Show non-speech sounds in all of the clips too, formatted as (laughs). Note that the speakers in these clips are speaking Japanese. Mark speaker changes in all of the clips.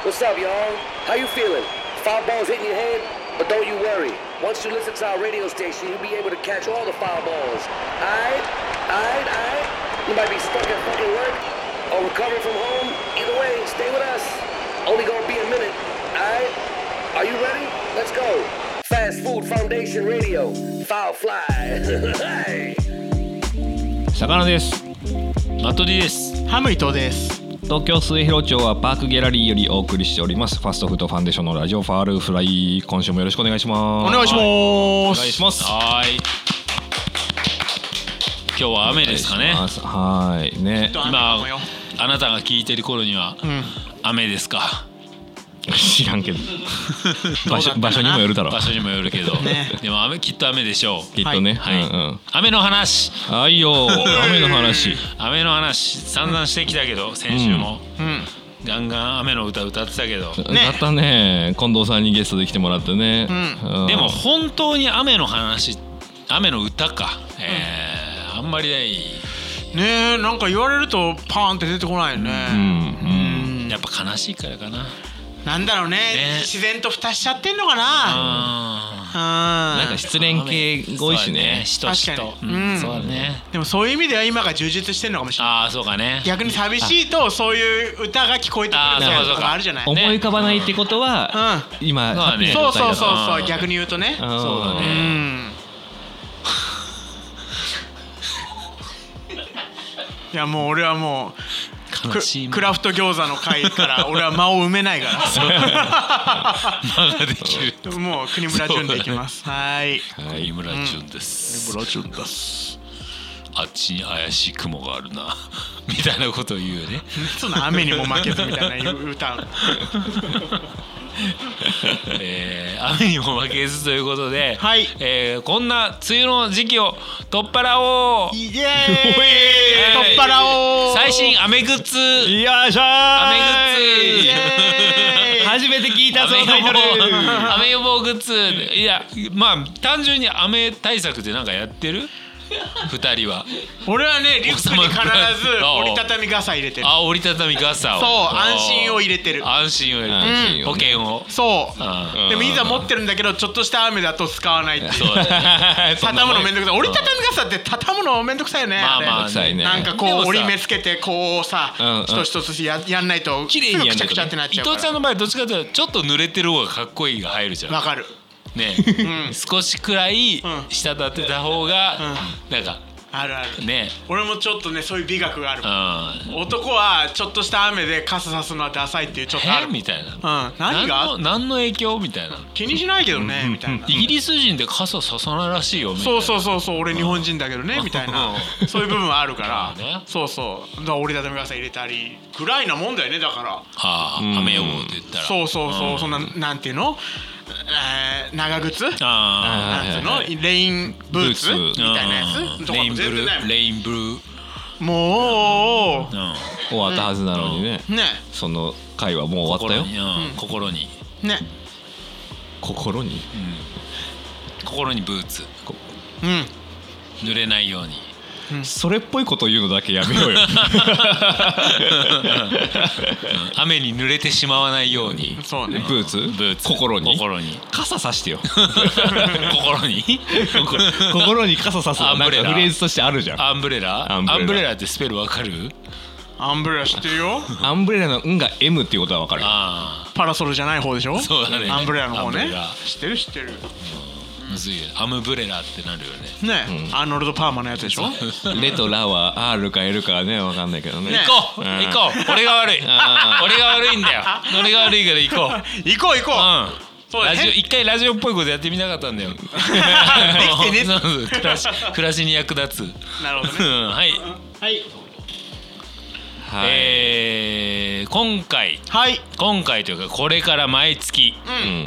Speaker 1: What's up, y'all? How you feeling? Foul balls hitting your head? But don't you worry. Once you listen to our radio station, you'll be able to catch all the foul balls. Aight? Aight? Aight? You might be stuck at fucking work or recovering from home. Either way, stay with us. Only gonna be a minute. Aight? Are you ready? Let's go. Fast Food Foundation Radio. Foul fly. (laughs) hey.
Speaker 2: 魚です
Speaker 3: マット D です
Speaker 4: ハム伊藤です。
Speaker 2: 東京末広町はパークギャラリーよりお送りしておりますファストフードファンデーションのラジオファールフライ今週もよろしくお願いし
Speaker 4: お
Speaker 2: ます
Speaker 4: 願いします。
Speaker 2: お願いします
Speaker 3: はーい今日は雨ですかね
Speaker 2: お願いしますはいね
Speaker 4: と雨か
Speaker 3: 今
Speaker 4: もよ
Speaker 3: あなたが聞いてる頃には
Speaker 4: うん。
Speaker 3: 雨ですか
Speaker 2: 知らん
Speaker 3: (laughs)
Speaker 2: けど場所
Speaker 4: どうだ
Speaker 2: 場
Speaker 4: ったかな
Speaker 2: 所にもよるだろ
Speaker 3: 場所にもよるけど、
Speaker 4: ね
Speaker 3: でも雨きっと雨でしょう
Speaker 2: きっとね
Speaker 3: はい、
Speaker 2: うんうん
Speaker 3: 雨の話
Speaker 2: はいよ雨の話
Speaker 3: 雨の話散々してきたけど先週も、
Speaker 4: うん。
Speaker 3: ガンガン雨の歌歌ってたけど、
Speaker 2: だったね近藤さんにゲストで来てもらってね、
Speaker 4: うん
Speaker 2: うん
Speaker 3: でも本当に雨の話雨の歌か、えーあんまりない
Speaker 4: ねえなんか言われるとパーンって出てこないよ
Speaker 2: うん
Speaker 4: ね。
Speaker 2: うん
Speaker 3: やっぱ悲しいからかな、
Speaker 4: なんだろうね
Speaker 3: ね
Speaker 4: 自然と蓋しちゃってんのかな。
Speaker 3: あ
Speaker 4: うん。
Speaker 2: なんか失恋系が多いしね
Speaker 3: 人としと
Speaker 4: 確、か
Speaker 3: う
Speaker 4: にうん
Speaker 3: ん、そうだね
Speaker 4: でもそういう意味では今が充実してるのかもしれない。
Speaker 3: ああそうかね
Speaker 4: 逆に寂しいとそういう歌が聞こえてくるみたいなことがあるじゃない。
Speaker 3: う
Speaker 4: う
Speaker 3: か
Speaker 4: ん。
Speaker 2: 思い浮かばないってことは、今
Speaker 3: そうだね
Speaker 4: そうそうそう
Speaker 3: あ
Speaker 4: そう
Speaker 3: ー
Speaker 4: 逆に言うとね。
Speaker 3: そうだ
Speaker 4: う
Speaker 3: ね
Speaker 4: ん。 (laughs) いやもう俺はもう。
Speaker 3: 悲しい
Speaker 4: ククラフト餃子の会から俺は間を埋めないか
Speaker 3: 間ができる
Speaker 4: らもう国村淳でいきます、はい
Speaker 3: はい井村淳です、村淳ですあっちに怪しい雲があるな (laughs) みたいなことを言うよね
Speaker 4: その雨にも負けずみたいな歌
Speaker 3: えー雨にも負けずということで、
Speaker 4: はい
Speaker 3: えーこんな梅雨の時期を取っ払おう
Speaker 4: イエーイ
Speaker 3: はい
Speaker 4: 取っ払おう
Speaker 3: 最新雨グッズ
Speaker 2: いやしゃ
Speaker 3: 雨グッズ
Speaker 4: イエーイ
Speaker 2: 初めて聞いたぞ
Speaker 3: 雨
Speaker 2: タイトル
Speaker 3: 予防雨予防グッズいやまあ単純に雨対策ってなんかやってる二人は
Speaker 4: (laughs) 俺はねリュックに必ず折りたたみ傘入れてる
Speaker 3: あ折りたたみ傘を
Speaker 4: そう
Speaker 3: おー
Speaker 4: 安心を入れてる
Speaker 3: 安心を入れてる
Speaker 2: 安心をね
Speaker 3: 保険を
Speaker 4: そう
Speaker 3: あ
Speaker 4: でもいざ持ってるんだけどちょっとした雨だと使わないっていう
Speaker 3: ーそうだね
Speaker 4: 畳むのめんどくさい折りた
Speaker 2: た
Speaker 4: たみ傘って畳むのめんどくさいよね
Speaker 3: まあ
Speaker 4: れ
Speaker 3: まあ
Speaker 2: 臭いね
Speaker 4: なんかこ
Speaker 3: でも
Speaker 4: う
Speaker 3: さ
Speaker 4: 折り目つけてこうさ
Speaker 2: うんうん
Speaker 4: 一つ一つややんないと
Speaker 2: 綺麗にやんな
Speaker 4: す
Speaker 2: いとね
Speaker 4: ぐくちゃくちゃってなっ
Speaker 3: 伊
Speaker 4: ちゃう
Speaker 3: 藤ちゃん
Speaker 4: か
Speaker 3: の場合どっちかというとちょっと濡れてる方がかっこいいが入るじゃん
Speaker 4: らわかる
Speaker 3: ね、
Speaker 4: ん
Speaker 3: 少しくらい
Speaker 4: うん
Speaker 3: 下立てた方が、なんか
Speaker 4: あるある
Speaker 3: ね
Speaker 4: 俺もちょっとねそういう美学がある
Speaker 3: うん
Speaker 4: 男はちょっとした雨で傘さすのはダサいっていうちょっとあ
Speaker 3: え
Speaker 4: るうん
Speaker 3: みたいな何の
Speaker 4: 何が
Speaker 3: 何の影響みたいな
Speaker 4: 気にしないけどねみたいな
Speaker 3: イギリス人で傘ささないらしいよみたい
Speaker 4: そ
Speaker 3: な
Speaker 4: うそうそうそう俺日本人だけどねみたいな
Speaker 3: うん
Speaker 4: そういう部分はあるか
Speaker 3: まあ
Speaker 4: ら
Speaker 3: ね
Speaker 4: そうそうだから折りたたみ傘入れたりぐらいなもんだよねだから
Speaker 3: ああ
Speaker 2: ん
Speaker 3: 雨予防って言ったら
Speaker 4: そうそうそう、
Speaker 3: ん
Speaker 4: そんななんていうの、えー、長靴
Speaker 3: あ
Speaker 4: なんていうの、
Speaker 2: はいはい
Speaker 4: レインブーツ
Speaker 2: ブー
Speaker 4: み
Speaker 2: ツ
Speaker 3: あ
Speaker 4: たいなや
Speaker 3: うん
Speaker 4: つとか
Speaker 3: レイン
Speaker 4: も全
Speaker 3: ブル
Speaker 4: 然ないも
Speaker 3: ー
Speaker 4: ん
Speaker 3: レインブルー
Speaker 4: もう、
Speaker 3: うん
Speaker 2: 終わったはずなのにね、
Speaker 4: ね
Speaker 2: その回はもう終わったよ
Speaker 3: 心にうん心に
Speaker 4: ね
Speaker 2: 心に
Speaker 3: 心にブーツ
Speaker 2: こ
Speaker 4: うん
Speaker 3: 濡れないように
Speaker 2: それっぽいこと言うのだけやめようよ
Speaker 3: うん雨に濡れてしまわないように
Speaker 4: そう
Speaker 2: ブ
Speaker 4: ね
Speaker 2: ーツ
Speaker 3: ブーツ
Speaker 2: 心に
Speaker 3: 心に
Speaker 2: 傘さしてよ
Speaker 3: 心に
Speaker 2: 心に傘さすの
Speaker 3: アン
Speaker 2: なん
Speaker 3: ブ
Speaker 2: か
Speaker 3: レラ
Speaker 2: フレーズとしてあるじゃん
Speaker 3: アンブレラ
Speaker 2: ア
Speaker 3: ア
Speaker 2: ンブレラ
Speaker 3: ンブレラってスペルわかる
Speaker 4: アンブレラ知ってるよ
Speaker 2: アンブレラの「ん」が「M」っていうことは分かるよ
Speaker 3: あ
Speaker 4: パラソルじゃない方でしょ
Speaker 3: そうだね
Speaker 4: アンブレラの方
Speaker 3: アン
Speaker 4: ね
Speaker 3: ブレラ
Speaker 4: 知ってる知ってる
Speaker 3: あむずいよアムブレラってなるよね
Speaker 4: ね、アーノルド・パーマのやつでしょ
Speaker 2: レとラは R か L かはね分かんないけどね
Speaker 4: ね
Speaker 3: 行こう
Speaker 2: うん
Speaker 3: 行こう俺が悪い俺
Speaker 2: あ
Speaker 3: が悪いんだよ俺が悪いから行こう
Speaker 4: (laughs) 行こう行こ
Speaker 3: う
Speaker 4: そ
Speaker 3: ん
Speaker 4: うだ
Speaker 3: ラ
Speaker 4: ね
Speaker 3: ジオ一回ラジオっぽいことやってみたかったんだよでき
Speaker 4: き
Speaker 3: (laughs)
Speaker 4: てね
Speaker 3: 暮らし暮らしに役立つ
Speaker 4: うなるほど
Speaker 3: う
Speaker 4: ね
Speaker 3: んはい
Speaker 4: はい
Speaker 2: はい
Speaker 3: えー今回
Speaker 4: はい
Speaker 3: 今回というかこれから毎月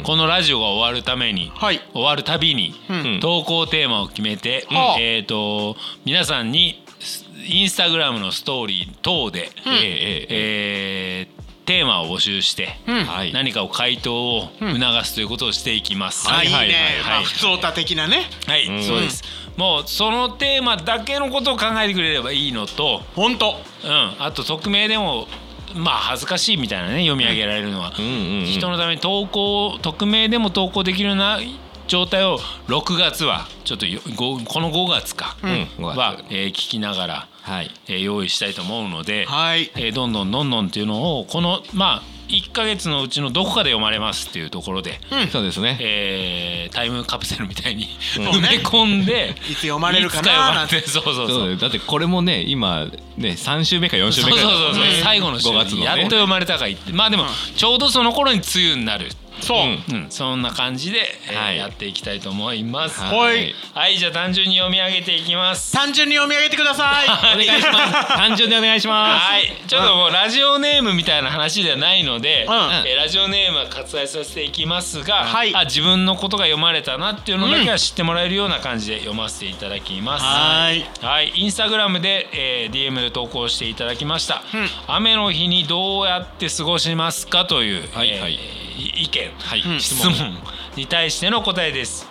Speaker 4: うん
Speaker 3: このラジオが終わるために
Speaker 4: はい
Speaker 3: 終わるたびに
Speaker 4: うん
Speaker 3: 投稿テーマを決めて、
Speaker 4: はあ
Speaker 3: えー、と皆さんにスインスタグラムのストーリー等で、
Speaker 2: えええええ
Speaker 3: えーテーマを募集して、
Speaker 4: うん
Speaker 2: はい
Speaker 3: 何かを回答を促すということをしていきます。
Speaker 4: あいいね、ま
Speaker 3: は
Speaker 4: あ
Speaker 3: い
Speaker 4: 普通歌的なね
Speaker 3: はい
Speaker 2: うん
Speaker 3: そうです。もうそのテーマだけのことを考えてくれればいいのと、
Speaker 4: ほんと
Speaker 3: うん、あと匿名でもまあ恥ずかしいみたいなね読み上げられるのは、
Speaker 2: うんうんうん
Speaker 3: 人のために投稿匿名でも投稿できるような状態を6月はちょっとよごこの5月か、
Speaker 2: 5月
Speaker 3: は、えー聞きながら、
Speaker 2: はい
Speaker 3: えー用意したいと思うので、
Speaker 4: はい
Speaker 3: えーどんどんどんどんっていうのをこのまあ1ヶ月のうちのどこかで読まれますっていうところで、
Speaker 2: そうですね
Speaker 3: えータイムカプセルみたいに
Speaker 2: う
Speaker 3: 埋
Speaker 2: ん
Speaker 3: め込んで、
Speaker 4: いつ読まれるか
Speaker 3: いつ読
Speaker 4: な
Speaker 3: ま
Speaker 4: なん
Speaker 3: れ
Speaker 4: て
Speaker 3: てそうそう
Speaker 2: そ
Speaker 3: そうう
Speaker 2: だよだってこれもね今ね3週目か4週
Speaker 3: そう
Speaker 2: 目
Speaker 3: そう
Speaker 2: か
Speaker 3: そう (laughs) そう、
Speaker 2: うん
Speaker 3: 最後の週
Speaker 2: 5月のね
Speaker 3: やっと読まれたかいってまあでも、ちょうどその頃に梅雨になる
Speaker 4: そう、
Speaker 2: うん
Speaker 3: うん、そんな感じで、えー
Speaker 2: はい
Speaker 3: やっていきたいと思います。
Speaker 2: はい
Speaker 3: はい、じゃあ単純に読み上げていきます。
Speaker 4: 単純に読み上げてくださ
Speaker 3: (laughs)
Speaker 4: い
Speaker 2: お願いします単純でお願いします
Speaker 3: はい、ちょっともうラジオネームみたいな話ではないので、
Speaker 4: うん
Speaker 3: えーラジオネームは割愛させていきますが、
Speaker 4: はい
Speaker 3: あ自分のことが読まれたなっていうのだけは知ってもらえるような感じで読ませていただきます。
Speaker 4: はい
Speaker 3: はい、インスタグラムで、えー DM で投稿していただきました、
Speaker 4: うん
Speaker 3: 雨の日にどうやって過ごしますかという、
Speaker 2: はいはい
Speaker 3: えーい意見、
Speaker 2: うん
Speaker 3: 質問に対しての答えです、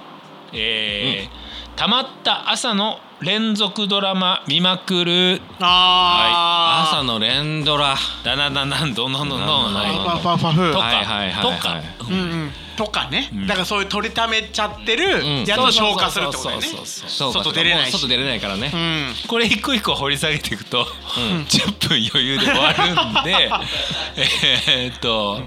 Speaker 3: えーたまった朝の連続ドラマ見まくる
Speaker 4: あー、
Speaker 2: 朝の連ドラ
Speaker 3: だなだなんどんどんどんどんどん
Speaker 2: はい
Speaker 4: パフパフパフ
Speaker 3: と
Speaker 2: は
Speaker 3: か
Speaker 2: いはいはい
Speaker 3: と
Speaker 2: は
Speaker 3: か
Speaker 2: い
Speaker 4: うんうんとかね、
Speaker 3: ん
Speaker 4: だからそういう取りためちゃって
Speaker 2: ん
Speaker 4: るやつを消化するってことだよね
Speaker 3: そうそうそうそう
Speaker 2: そうか
Speaker 4: 外出れないし
Speaker 2: もう外出れないからね
Speaker 4: うん
Speaker 3: これ一個一個掘り下げていくと、10分余裕で終わるん (laughs) でえーっと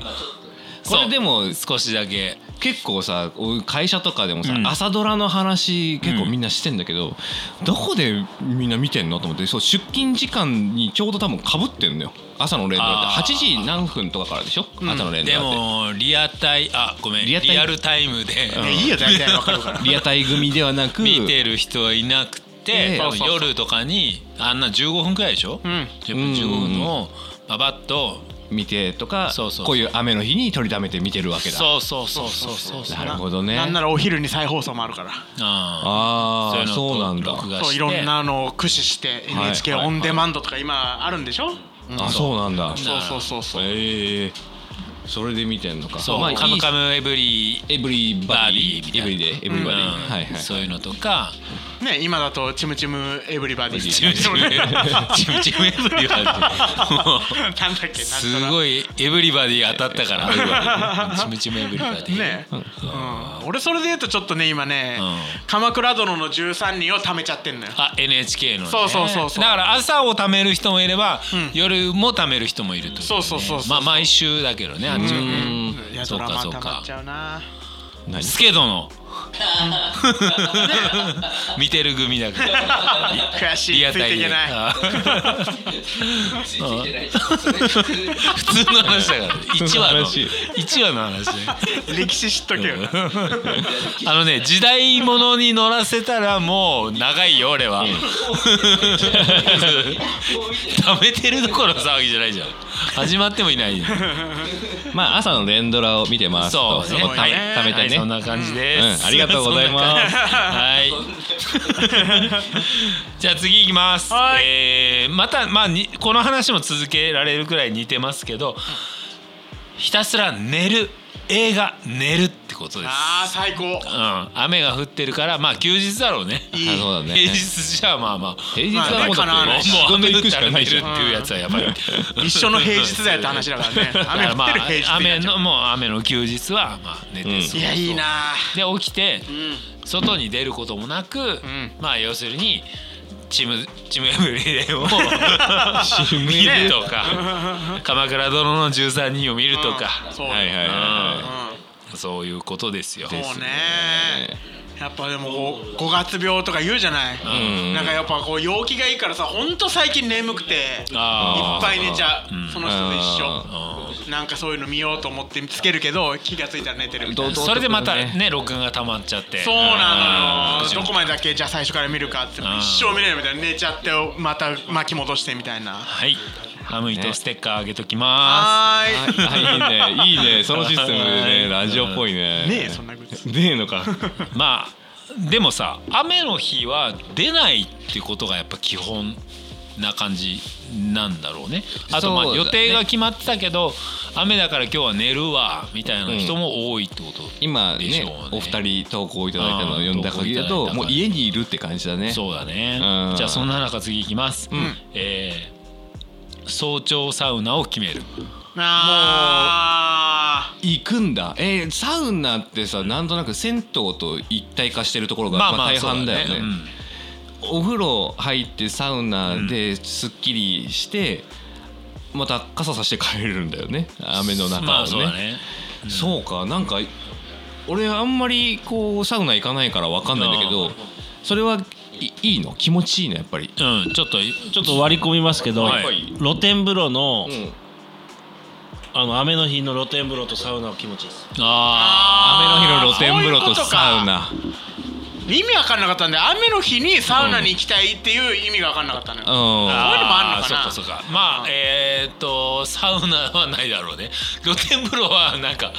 Speaker 2: これでも
Speaker 3: そう少しだけ
Speaker 2: 結構さお会社とかでもさ、
Speaker 3: うん
Speaker 2: 朝ドラの話結構みんなしてんだけど、どこでみんな見てんのと思ってそう出勤時間にちょうど多分かぶってんのよ朝の連ドラ
Speaker 3: あ
Speaker 2: っ
Speaker 3: ー
Speaker 2: て8時何分とかからでしょ、朝の連ド
Speaker 3: で
Speaker 2: ラって
Speaker 3: もリアタイあごめ
Speaker 2: リ
Speaker 3: んリ
Speaker 2: ア
Speaker 3: ア
Speaker 2: タイ
Speaker 3: ルタイムで、
Speaker 4: ねいいよ大体わかるから
Speaker 2: リアタイ組ではなく
Speaker 3: 見てる人はいなく
Speaker 2: ええ
Speaker 3: て、多分夜とかにあんな15分くらいでしょ、
Speaker 4: うん
Speaker 3: 10分15分のババッと、
Speaker 2: 見てとか
Speaker 3: そうそうそう
Speaker 2: こういう雨の日に取りためて見てるわけだ
Speaker 3: そうそうそうそうそうそ
Speaker 2: (laughs)
Speaker 3: う
Speaker 2: なるほどね
Speaker 4: なんならお昼に再放送もあるから
Speaker 3: ああ
Speaker 2: ああ
Speaker 3: いの
Speaker 2: そ
Speaker 3: を
Speaker 2: うなんだ
Speaker 3: 録画
Speaker 4: そう
Speaker 3: して
Speaker 4: いろんなのを駆使して
Speaker 2: はい
Speaker 4: NHK オンデマンドとか今あるんでしょ、うん
Speaker 2: あそうなんだ
Speaker 4: そうそうそうそう
Speaker 2: ええそれで見てんのか
Speaker 3: そう、
Speaker 2: いい
Speaker 3: カムカムエブリ
Speaker 2: エブリバ
Speaker 3: バ
Speaker 2: デ
Speaker 3: デ
Speaker 2: ィ
Speaker 3: ィみたいな
Speaker 2: エブリデイエブリバディ、はいはい
Speaker 3: そういうのとか
Speaker 4: ね今だと「チムチムエブリバディ」
Speaker 3: チムチム
Speaker 4: (laughs)
Speaker 3: チムチムエブリバディもう
Speaker 4: なんだっけ
Speaker 3: す
Speaker 4: い
Speaker 3: ごいエブリバディ当たったからチムチムエブリバディ
Speaker 4: ね、うん俺それで言うとちょっとね今ね、
Speaker 3: う
Speaker 4: 鎌倉殿の13人」を貯めちゃってんのよ
Speaker 3: あ NHK の、ね、
Speaker 4: そうそうそうそう
Speaker 3: だから朝を貯める人もいれば、
Speaker 4: ん
Speaker 3: 夜も貯める人もいると
Speaker 4: そうそうそうそう
Speaker 3: まあ毎週だけどねあっち
Speaker 2: う
Speaker 3: はね
Speaker 2: ん
Speaker 4: いや
Speaker 3: そ
Speaker 4: ド
Speaker 3: うか
Speaker 4: ラマ
Speaker 3: そう
Speaker 4: 溜
Speaker 3: か
Speaker 4: まっちゃ
Speaker 3: (laughs)
Speaker 4: うな
Speaker 2: 何
Speaker 3: スケ殿見てる組だから
Speaker 4: 悔しい
Speaker 3: リア
Speaker 4: つい
Speaker 3: タ
Speaker 4: て
Speaker 3: イ
Speaker 4: い
Speaker 3: で
Speaker 4: けない
Speaker 3: あ普通の話だから1話の
Speaker 2: 普通の
Speaker 3: 一話の話だよ
Speaker 4: 歴史知っとけよ
Speaker 3: あのね時代物に乗らせたらもう長いよ俺は (laughs) 貯めてるどころの騒ぎじゃないじゃん始まってもいないよ
Speaker 2: まあ朝の連ドラを見てます
Speaker 3: そ
Speaker 2: と
Speaker 3: うね
Speaker 2: そこた
Speaker 3: はい
Speaker 2: 貯め
Speaker 3: はい
Speaker 2: て
Speaker 3: そん
Speaker 2: ね
Speaker 3: な感じで
Speaker 2: うん
Speaker 3: す、
Speaker 2: ありがとうございます
Speaker 3: (laughs) そんな感じ (laughs) はいじゃあ次いきます、
Speaker 4: はい
Speaker 3: えーまた、まあ、にこの話も続けられるくらい似てますけどひたすら寝る映画寝るってことです
Speaker 4: あー最高
Speaker 3: うん、雨が降ってるからまあ休日だろうね
Speaker 4: い
Speaker 2: あそうだね
Speaker 3: 平日じゃあまあまあ
Speaker 2: 平日はもうだ
Speaker 4: まあね
Speaker 2: って仕
Speaker 3: もう
Speaker 2: 事
Speaker 3: 雨
Speaker 2: 行
Speaker 3: 降
Speaker 2: く
Speaker 3: っ
Speaker 2: したからな
Speaker 3: 寝
Speaker 2: い
Speaker 3: る
Speaker 2: じ
Speaker 3: っ
Speaker 2: ゃ
Speaker 3: て
Speaker 2: ん
Speaker 3: いうやつはやっぱり
Speaker 4: 一緒の平日だよって話だか
Speaker 3: (laughs)
Speaker 4: らね雨降ってる平日
Speaker 3: 雨
Speaker 4: になっちゃう
Speaker 3: のもう雨の休日はまあ寝て
Speaker 2: うん
Speaker 3: そう
Speaker 4: いやいいな
Speaker 3: で起きて外に出ることもなく、
Speaker 4: ん
Speaker 3: まあ要するにチムチムエブリデンを見
Speaker 4: ね
Speaker 3: るとか「鎌倉殿の13人」を見るとか、
Speaker 4: うんそう
Speaker 2: はいはい
Speaker 4: うん
Speaker 2: は
Speaker 3: そういうことですよ。
Speaker 4: そうねやっぱでもこう五月病とか言うじゃない、
Speaker 2: ん
Speaker 4: なんかやっぱこう陽気がいいからさほんと最近眠くていっ
Speaker 3: あ
Speaker 4: ぱい寝ちゃう、その人と一
Speaker 2: う
Speaker 4: 緒なんかそういうの見ようと思ってつけるけど気がついたら寝てるみ
Speaker 2: ど
Speaker 4: たいな
Speaker 2: うぞ
Speaker 3: それでまた
Speaker 2: どうぞ
Speaker 3: ね録画が溜まっちゃって
Speaker 4: そうなの
Speaker 3: うん
Speaker 4: よどこまでだっけじゃあ最初から見るかって
Speaker 3: ん
Speaker 4: 一生見れないみたいな寝ちゃってまた巻き戻してみたいな
Speaker 3: はいハムイとステッカーあげと
Speaker 2: (laughs)
Speaker 3: きま
Speaker 4: は
Speaker 2: は
Speaker 4: ーい
Speaker 2: いはいいいねいいねそのシステムねラジオっぽいね
Speaker 4: ねえそんなこと
Speaker 2: ねえの
Speaker 3: (laughs)
Speaker 2: か
Speaker 3: す、まあでもさ雨の日は出ないってことがやっぱ基本な感じなんだろうねあとまあ
Speaker 2: そうだね
Speaker 3: 予定が決まってたけど、雨だから今日は寝るわみたいな人も多いってこと、
Speaker 2: 今ね
Speaker 3: でしょうね
Speaker 2: お二人投稿いただいたのを読んだ限りだ
Speaker 3: うん投
Speaker 2: と
Speaker 3: 稿いただいた
Speaker 2: もう家にいるって感じだね
Speaker 3: そうだね
Speaker 2: うん
Speaker 3: じゃあそんな中次いきます、
Speaker 2: ん
Speaker 3: え早朝サウナを決める
Speaker 4: あ
Speaker 2: 行くんだえーサウナってさなんとなく銭湯と一体化してるところが、
Speaker 3: まあ
Speaker 2: ま
Speaker 3: ま
Speaker 2: あ
Speaker 3: あ
Speaker 2: 大半だよね
Speaker 3: そううん
Speaker 2: お風呂入ってサウナですっきりして、また傘さして帰れるんだよね雨の中をね,、
Speaker 3: まあそ
Speaker 2: そうう
Speaker 3: だね
Speaker 2: かなんか俺あんまりこうサウナ行かないから分かんないんだけどそれはいいいの気持ちいいのやっぱり、
Speaker 3: うんちょっと
Speaker 5: ちょっと割り込みますけど、
Speaker 2: はい
Speaker 5: 露天風呂の,、
Speaker 2: うん、
Speaker 5: あの雨の日の露天風呂とサウナは気持ちいいです
Speaker 3: あ
Speaker 2: 雨の日の露天風呂
Speaker 4: そうい
Speaker 2: と
Speaker 4: うことか
Speaker 2: サウナ
Speaker 4: ー意味わかんなかったんで雨の日にサウナに行きたいっていう意味がわかんなかったのよ、
Speaker 2: うん
Speaker 4: あいうのもあんのかな
Speaker 3: ーそうかそうかまあえーっとサウナはないだろうね露天風呂はなんか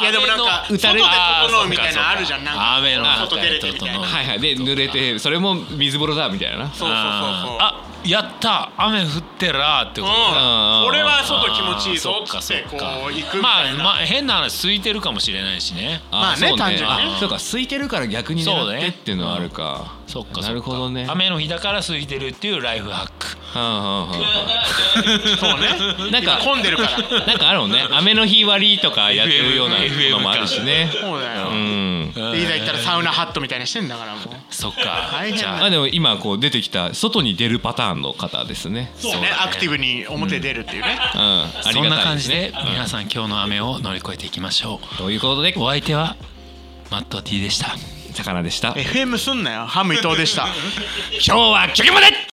Speaker 4: いやでもなんか
Speaker 3: 雨の
Speaker 4: 外で
Speaker 3: あー
Speaker 4: 整うみたい
Speaker 3: そか
Speaker 4: なあるじゃんなんか
Speaker 3: 雨の中
Speaker 4: 外出れてみたいな
Speaker 3: 整う
Speaker 2: はいはいで濡れてそれも水風呂だみたいな
Speaker 4: そうそうそうそう
Speaker 3: あーあやった雨降ってらーって
Speaker 4: う
Speaker 3: こ
Speaker 4: ん
Speaker 3: とだ
Speaker 2: あー
Speaker 4: 俺は外気持ちいいぞ
Speaker 3: あーそ
Speaker 4: っ
Speaker 3: っか
Speaker 4: つ
Speaker 3: そ
Speaker 4: ってこ
Speaker 3: っ
Speaker 4: う
Speaker 3: か
Speaker 4: 行くみ
Speaker 3: ま
Speaker 4: たい
Speaker 3: あ
Speaker 4: な、
Speaker 3: まあ変な話空いてるかもしれないしね
Speaker 4: まあね
Speaker 2: そう
Speaker 4: 単純にね
Speaker 2: あそうか空いてるから逆に狙ってっていうのはあるか
Speaker 3: そっかそっか
Speaker 2: なるほどね
Speaker 3: 雨の日だから空いてるっていうライフハック
Speaker 4: そうね
Speaker 2: なんか
Speaker 4: 混んでるからそ
Speaker 2: なんかあるもんね雨の日割りとかやってるような
Speaker 3: FM
Speaker 2: のもあるしね
Speaker 4: うだよ
Speaker 2: う、ん
Speaker 4: でいざ行ったらサウナハットみたいにしてんだからもう
Speaker 3: そっか
Speaker 4: 大変だ
Speaker 2: あでも今こう出てきた外に出るパターンの方ですね
Speaker 4: そうねアクティブに表出るっていうね、
Speaker 2: うんあ
Speaker 3: そん
Speaker 2: りが
Speaker 3: な
Speaker 2: たい
Speaker 3: 感
Speaker 2: です
Speaker 3: じで
Speaker 2: ね
Speaker 3: 皆さん今日の雨を乗り越えていきましょ
Speaker 2: うんということで
Speaker 3: うお相手はマット T でした
Speaker 4: (laughs)
Speaker 2: 魚でした
Speaker 4: FM すんなよハム伊藤でした
Speaker 3: 今日はここまで